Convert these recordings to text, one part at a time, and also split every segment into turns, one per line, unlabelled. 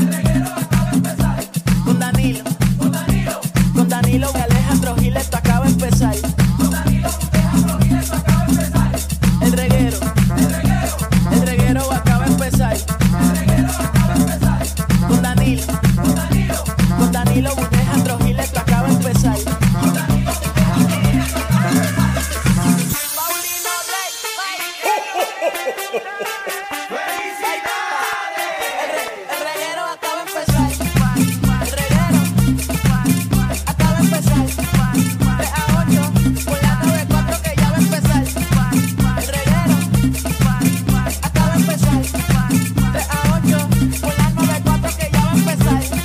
El reguero acaba de empezar. Con Danilo, con Danilo, con Danilo y Alejandro Gil esto acaba de empezar. Con Danilo y Alejandro Gil esto acaba de empezar. El reguero, el reguero, el reguero acaba de empezar. El reguero acaba de empezar. Con Danilo, con Danilo, con Danilo y Alejandro Gil esto acaba de empezar. Con Danilo y Alejandro Gil esto acaba de empezar. Paulino Rey, El reguero acaba de empezar. El reguero acaba de empezar. 3 a 8, por la 94 que ya va a empezar. El reguero acaba de empezar. 3 a 8, por la 94 que ya va a empezar.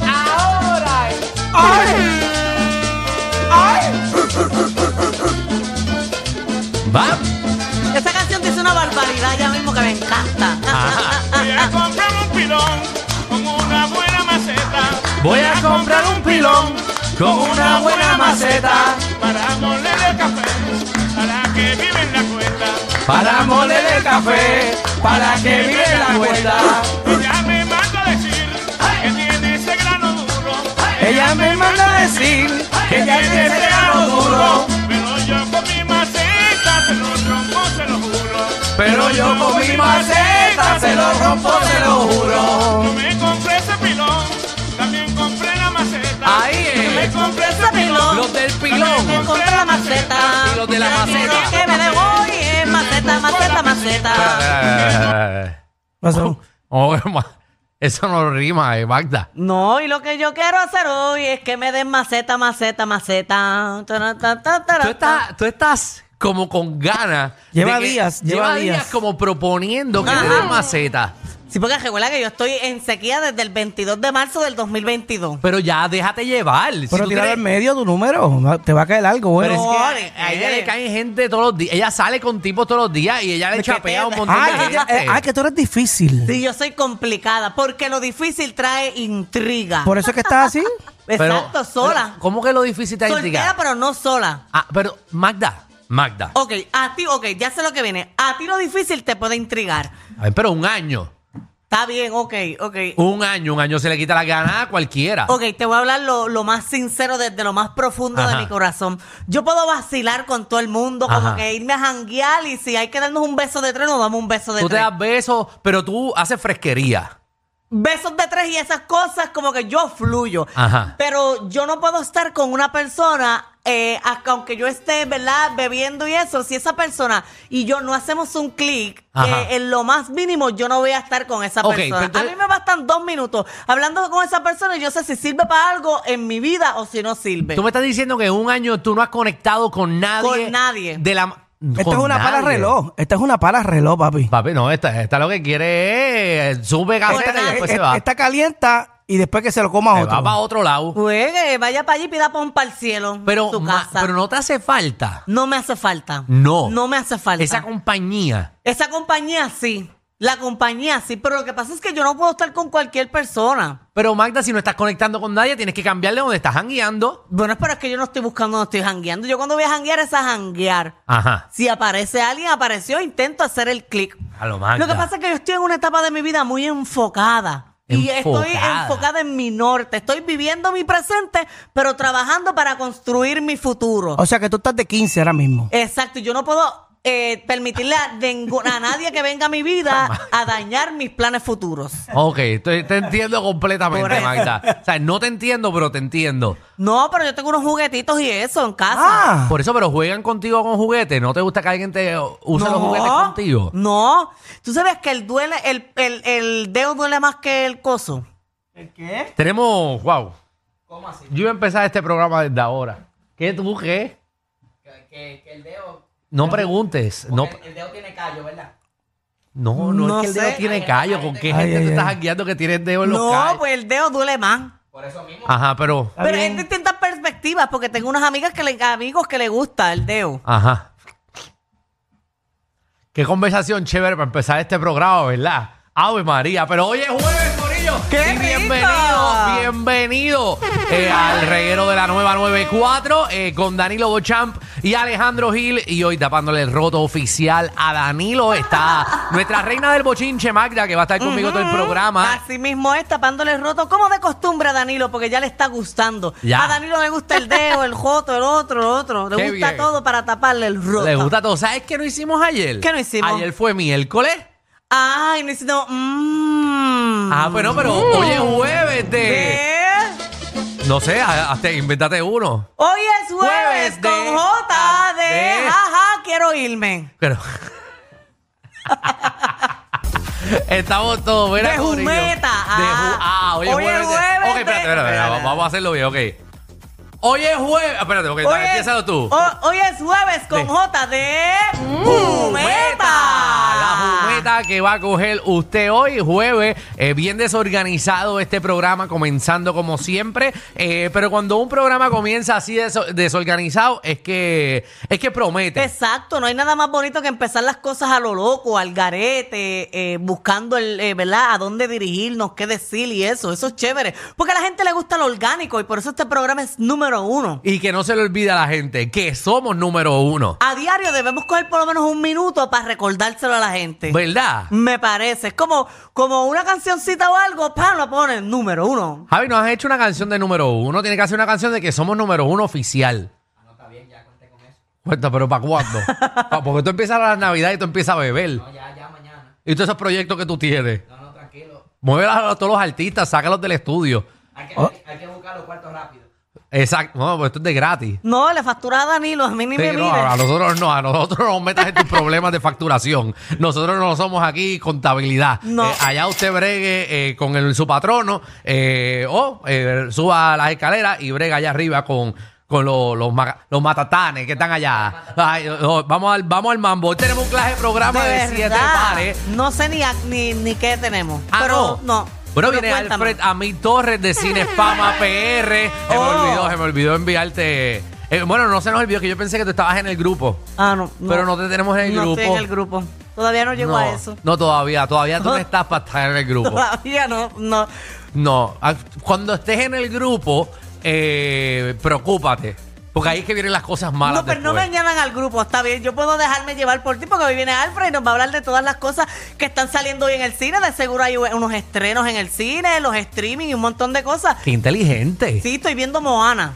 Ahora es.
Va.
Esa canción dice una barbaridad ya mismo que me encanta.
Voy a comprar un pilón con una buena maceta.
Voy a comprar un pilón con una buena maceta
Para moler el café a la que vive en la cuesta.
para moler el café para que vive la vuelta.
Ella me manda a decir que tiene ese grano duro.
Ella me manda a decir que ya
Tiene
es
ese
verano duro,
Pero yo con mi maceta se lo rompo, se lo juro.
pero yo con mi maceta se lo rompo, se lo juro.
Yo me compré ese pilón, también compré la maceta.
Ahí
Yo me
es.
compré ese pilón.
Los del pilón
Contra la maceta.
y los de la
Tiene
maceta.
que me debo hoy es maceta, maceta, maceta.
Pasó.
Oh, ma- eso no rima, eh, Magda.
No, y lo que yo quiero hacer hoy es que me den maceta, maceta, maceta. Tara, ta, ta, tara,
Tú estás, tú estás como con ganas. de
Lleva
que-
días,
Lleva
lleva
días.
días.
como proponiendo que te den maceta.
Sí, porque recuerda que yo estoy en sequía desde el 22 de marzo del 2022.
Pero ya déjate llevar. Si
Pero
tú
tirar
tienes-
al medio tu número. va- Te va a caer algo, güey.
Pero es que
Pobre,
a, a ella
eh.
le caen gente todos los días. Ella sale con tipos todos los días y ella le
Porque
chapea
te-
un montón
Ah,
de
que, ya-
gente.
eh, ah, que tú eres difícil.
Sí, yo soy complicada, porque lo difícil trae intriga.
Por eso es que estás así.
Pero-
Exacto, sola.
pero, ¿Cómo que lo difícil te
Soltera,
intriga?
pero no sola.
Ah, pero Magda, Magda.
Ok, a ti, ok, ya sé lo que viene. A ti lo difícil te puede intrigar.
A ver, pero un año.
Está bien, ok, ok.
Un año, un año se le quita la gana a cualquiera.
Ok, te voy a hablar lo, lo más sincero desde lo más profundo
Ajá.
de mi corazón. Yo puedo vacilar con todo el mundo, como
Ajá.
que irme a janguear y si hay que darnos un beso de tres, nos damos un beso de
Tú te
tres.
das besos, pero tú haces fresquería.
Besos de tres y esas cosas, como que yo fluyo.
Ajá.
Pero yo no puedo estar con una persona, eh, hasta aunque yo esté, ¿verdad?, bebiendo y eso. Si esa persona y yo no hacemos un clic,
Ajá.
eh, en lo más mínimo yo no voy a estar con esa
Ok,
persona.
pero entonces-
A mí me bastan dos minutos hablando con esa persona y yo sé si sirve para algo en mi vida o si no sirve.
Tú me estás diciendo que en un año tú no has conectado con nadie.
Con nadie.
De la,
Esto
con
es una pala
nadie.
reloj. Esta es una pala reloj, papi.
Papi, no, esta, esta lo que quiere es sube gaceta y
nadie.
después
Eh,
se va.
Esta calienta y después que se lo coma
se va para
otro.
otro lado.
Pues que vaya para allí y pida pompa al cielo
Pero,
en su
ma-
casa.
pero no te hace falta.
No me hace falta.
No.
No me hace falta.
Esa compañía.
Esa compañía sí. La compañía sí. Pero lo que pasa es que yo no puedo estar con cualquier persona.
Pero Magda, si no estás conectando con nadie, tienes que cambiarle donde estás jangueando.
Bueno, pero es que yo no estoy buscando, no estoy jangueando. Yo cuando voy a janguear es a janguear.
Ajá.
Si aparece alguien, apareció, intento hacer el clic.
A lo Magda.
Lo que pasa es que yo estoy en una etapa de mi vida muy enfocada. Y estoy
Enfocada.
enfocada en mi norte. Estoy viviendo mi presente, pero trabajando para construir mi futuro.
O sea que tú estás de 15 ahora mismo.
Exacto. Yo no puedo eh, permitirle a, ninguna- a nadie que venga a mi vida a dañar mis planes futuros.
Ok, te, te entiendo completamente,
Por eso.
Magda. O sea, no te entiendo, pero te entiendo.
No, pero yo tengo unos juguetitos y eso en casa.
Ah,
Por eso, pero juegan contigo con juguetes. ¿No te gusta que alguien te use los juguetes contigo?
No. ¿Tú sabes que el, duele, el, el, el dedo duele más que el coso?
Tenemos, wow. Yo iba a empezar este programa desde ahora. ¿Qué tú qué?
Que, que el dedo.
No preguntes. No,
El, el dedo tiene callo, ¿verdad?
no, no,
No
es que el dedo
sé.
tiene callo. ¿Con qué
Ay,
gente
ay,
te estás
ay.
hackeando que tienes dedo en los
No,
callos?
pues el dedo duele más.
Por eso mismo.
Ajá, pero.
está
Pero
bien.
en distintas perspectivas, porque tengo unas amigas que le, amigos que le gusta el dedo.
Ajá. Qué conversación chévere para empezar este programa, ¿verdad? Ave María, pero hoy es jueves, Corillo.
¡Qué
Y
rico!
bienvenido, bienvenido eh, al reguero de la nueva 94 eh, con Danilo Bochamp y Alejandro Gil. Y hoy tapándole el roto oficial a Danilo está nuestra reina del bochinche, Magda, que va a estar conmigo todo el programa.
Así mismo es, tapándole el roto, como de costumbre a Danilo, porque ya le está gustando.
Ya.
A Danilo le gusta el dedo, el joto, el otro, el otro. Le
Qué
gusta
bien.
todo para taparle el roto.
Le gusta todo. ¿Sabes qué no hicimos ayer?
¿Qué no hicimos?
Ayer fue miércoles.
Ay, necesito... Mmm.
Ah, bueno, eh. pero hoy es jueves de...
¿Qué?
No sé, a- hasta invéntate uno.
Hoy es jueves,
Jueves de-
con J de...
de-
Ajá, quiero irme.
Pero. Estamos todos, ¿verdad?
De
Corillo?
jumeta,
De
ah.
ju- ah, oye,
Hoy es
jueves. de-
jueves
ok, espérate,
de-
espérate, espérate,
espérate.
Vamos a hacerlo bien, ok. Hoy es jueves. Espérate, ok,
Hoy
dale,
es-
empiézalo tú.
ho- hoy es jueves con
De-
J de...
La jumeta que va a coger usted hoy, jueves. Eh, bien desorganizado este programa, comenzando como siempre. Eh, pero cuando un programa comienza así deso- desorganizado, es que, es que promete.
Exacto, no hay nada más bonito que empezar las cosas a lo loco, al garete, eh, buscando el, eh, ¿verdad? A dónde dirigirnos, qué decir y eso, eso es chévere. Porque a la gente le gusta lo orgánico y por eso este programa es número uno.
Y que no se le olvide a la gente que somos número uno.
A diario debemos coger por lo menos un minuto para recordárselo a la gente.
¿Verdad?
Me parece, es como, como una cancioncita o algo, ¡pam! lo ponen número uno.
Javi, no has hecho una canción de número uno. Tiene que hacer una canción de que somos número uno oficial. Ah, no, está bien, ya conté con eso. Cuenta, pero ¿para cuándo? Pa- Porque tú empiezas a la Navidad y tú empiezas a beber. No, ya, ya mañana. ¿Y todos esos proyectos que tú tienes? No, no, tranquilo. Muévelas a todos los artistas, sácalos del estudio.
Hay que,
Oh.
hay que buscar los cuartos rápido.
Exacto. No, pues esto es de gratis.
No, le factura a Danilo, a mí ni
Sí,
me
no,
mires.
a a nosotros no, a nosotros nos metas en tus problemas de facturación. Nosotros no somos aquí contabilidad.
No.
Eh, allá usted bregue eh, con el, su patrono eh, o eh, suba a las escaleras y brega allá arriba con, con lo- los, ma- los matatanes que están allá. Ay, no, vamos, al, vamos al mambo. Hoy tenemos un clase de programa de,
De
siete
verdad,
pares.
No sé ni, a- ni, ni qué tenemos.
Ah,
pero no.
Bueno,
Pero
viene
cuéntame.
Alfred Amí Torres de Cine Fama PR. Se
Oh.
me olvidó, se me olvidó enviarte. eh, bueno, no se nos olvidó que yo pensé que tú estabas en el grupo.
Ah, no,
Pero no te tenemos en el
no
grupo.
estoy en el grupo. Todavía no llego
no,
a eso.
No, todavía, todavía tú no estás para estar en el grupo.
Todavía no, no.
No, ah, cuando estés en el grupo, eh, preocúpate. Porque ahí es que vienen las cosas malas.
No, pero no me
después.
añadan al grupo, está bien. Yo puedo dejarme llevar por ti porque hoy viene Alfred y nos va a hablar de todas las cosas que están saliendo hoy en el cine. De seguro hay unos estrenos en el cine, los streaming y un montón de cosas.
Qué inteligente.
Sí, estoy viendo Moana.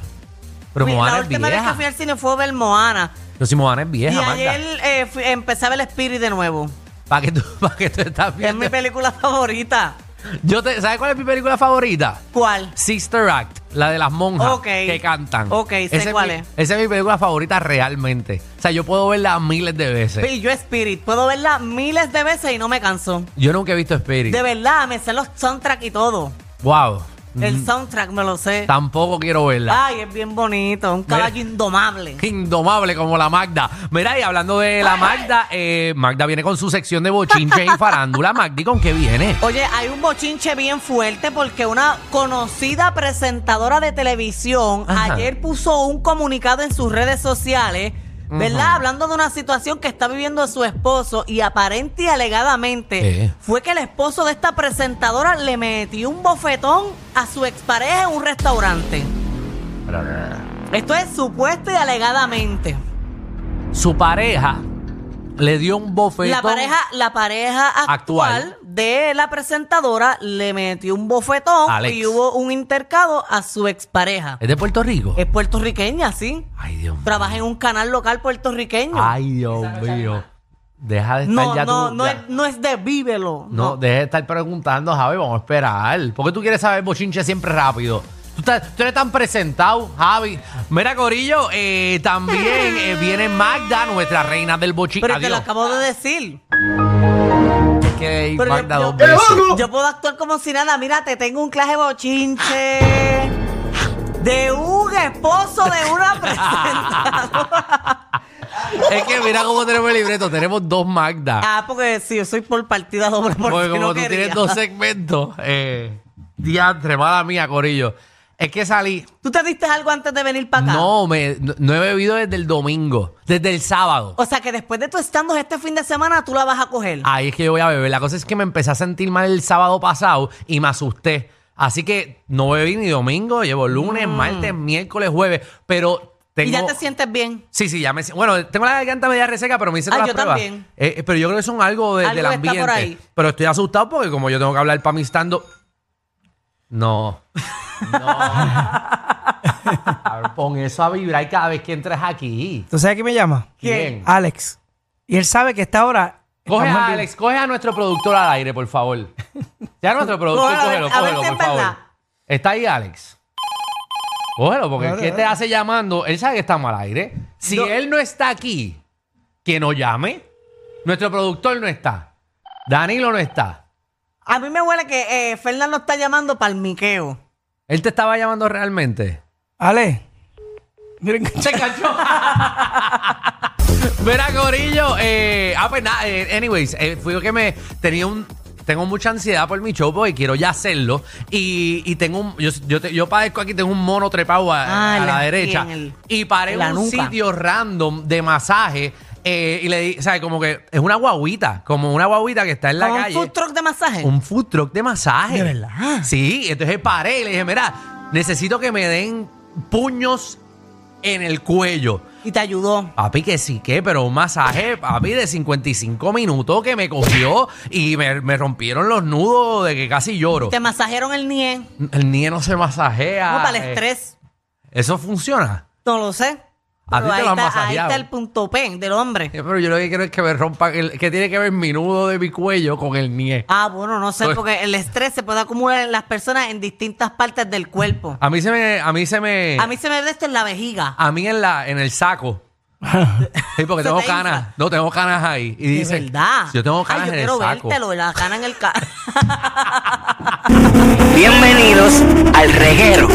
pero
Fui-
Moana
la
es
última vez que
vieja.
fui al cine fue a ver Moana.
Yo sí, Moana es vieja,
y
Magda.
ayer eh, fui- empecé a ver Spirit de nuevo.
¿Para qué tú, para qué tú estás
Es
viendo?
mi película favorita.
Yo te, ¿Sabes cuál es mi película favorita?
¿Cuál?
Sister Act, la de las monjas
Ok.
que cantan.
Ok, sé
Esa es
cuál
mi-
es.
Esa es mi película favorita realmente. O sea, yo puedo verla miles de veces.
Y yo Spirit. Puedo verla miles de veces y no me canso.
Yo nunca he visto Spirit.
De verdad, me sé los soundtrack y todo.
Wow.
El soundtrack me lo sé.
Tampoco quiero verla.
Ay, es bien bonito. Un caballo indomable.
Indomable como la Magda. Mira, y hablando de la Magda, eh, Magda viene con su sección de bochinches y farándula. Magdi, ¿con qué viene?
Oye, hay un bochinche bien fuerte porque una conocida presentadora de televisión
Ajá.
ayer puso un comunicado en sus redes sociales, ¿verdad? Hablando de una situación que está viviendo su esposo y aparente y alegadamente
Eh.
fue que el esposo de esta presentadora le metió un bofetón a su expareja en un restaurante. Esto es supuesto y alegadamente.
Su pareja le dio un bofetón.
La pareja, la pareja actual,
Pues Actual.
de la presentadora le metió un bofetón
Alex.
y hubo un intercado a su expareja.
¿Es de Puerto Rico?
Es puertorriqueña, sí.
Ay, Dios mío.
Trabaja en un canal local puertorriqueño.
Ay, Dios mío. Deja de estar
no,
ya
no,
tú-
no,
ya.
es, no es de vívelo.
No, deja de estar preguntando, Javi, vamos a esperar. ¿Por qué tú quieres saber bochinche siempre rápido? Tú, estás- tú eres tan presentado, Javi. Mira, Corillo, eh, también eh, viene Magda, nuestra reina del bochinche.
Pero te lo
Adiós.
acabo de decir.
Es que
Pero
Magda
yo,
dos
yo-
veces.
yo puedo actuar como si nada. Mira, te tengo un clase bochinche de un esposo de una presentadora.
Es que mira cómo tenemos el libreto. Tenemos dos Magda.
ah, porque si yo soy por partida doble, porque,
Porque como
no
tú
quería.
tienes dos segmentos, eh, diantre, mala mía, Corillo. Es que salí.
¿Tú te diste algo antes de venir para acá?
No, me, no, no he bebido desde el domingo, desde el sábado.
O sea que después de tu estando este fin de semana, tú la vas a coger.
Ahí es que yo voy a beber. La cosa es que me empecé a sentir mal el sábado pasado y me asusté. Así que no bebí ni domingo, llevo lunes, martes, miércoles, jueves, pero tengo...
Mm. Y ya te sientes bien.
Sí, sí, ya me si- Bueno, tengo la garganta media reseca, pero me hice
Ah,
todas las
yo
pruebas.
también.
Eh, eh, pero yo creo que son algo, de-
Algo
del
está por
ambiente.
ahí.
Pero estoy asustado porque como yo tengo que hablar para mi stand No. No. A ver, pon eso a vibrar cada vez que entras aquí.
¿Tú sabes quién me llama?
¿Quién?
Alex. Y él sabe que está ahora.
Coge a Alex, coge a nuestro productor al aire, por favor. Ya nuestro productor,
Coge a ver-
cógelo,
a ver
cógelo,
si es
por favor.
verdad.
Está ahí, Alex. Cógelo, porque
Dale,
¿qué te
dale.
hace llamando? Él sabe que estamos al aire. Si él no está aquí, que no llame. Nuestro productor no está. Danilo no está.
A mí me huele que eh, Fernando está llamando para el miqueo.
Él te estaba llamando realmente.
Alex. Miren,
Se cachó. Mira, Corillo. Eh, ah, pues nada. eh, anyways, eh, fui yo que me tenía un. Tengo mucha ansiedad por mi show porque quiero ya hacerlo. Y, y tengo un. Yo, yo, te- yo padezco aquí, tengo un mono trepado a,
Ah,
a la
la-
derecha.
en el-
y paré en
en la
un
nuca.
sitio random de masaje. eh, y le di, ¿sabes? Como que es una guaguita. Como una guaguita que está en la
Con un
calle.
food truck de masaje.
Un food truck de masaje.
¿De verdad?
Sí, entonces paré y le dije, mira, necesito que me den puños en el cuello.
Y te ayudó.
Papi, que sí, que, pero un masaje, papi, de 55 minutos que me cogió y me, me rompieron los nudos de que casi lloro.
Te masajearon el nie.
El niño no se masajea.
Como para el
eh,
estrés.
Eso funciona.
No lo sé.
A ti
Pero
te
ahí,
lo han
está, ahí
masajeado.
está el punto P del hombre.
Eh, Pero yo lo que quiero es que me rompan, el, que tiene que ver mi nudo de mi cuello con el nie.
Ah, bueno, no sé,
Pues-
porque el estrés se puede acumular en las personas en distintas partes del cuerpo.
A mí se me, a mí se me,
A mí se me ve esto en la vejiga.
a mí en la, en el saco. Sí, porque
Se
tengo
te
canas.
infla.
No, tengo canas ahí. Y
De
dice,
verdad.
Yo tengo canas
Ay, yo
en
quiero
el saco.
vértelo, la cana en el ca-
Bienvenidos al reguero.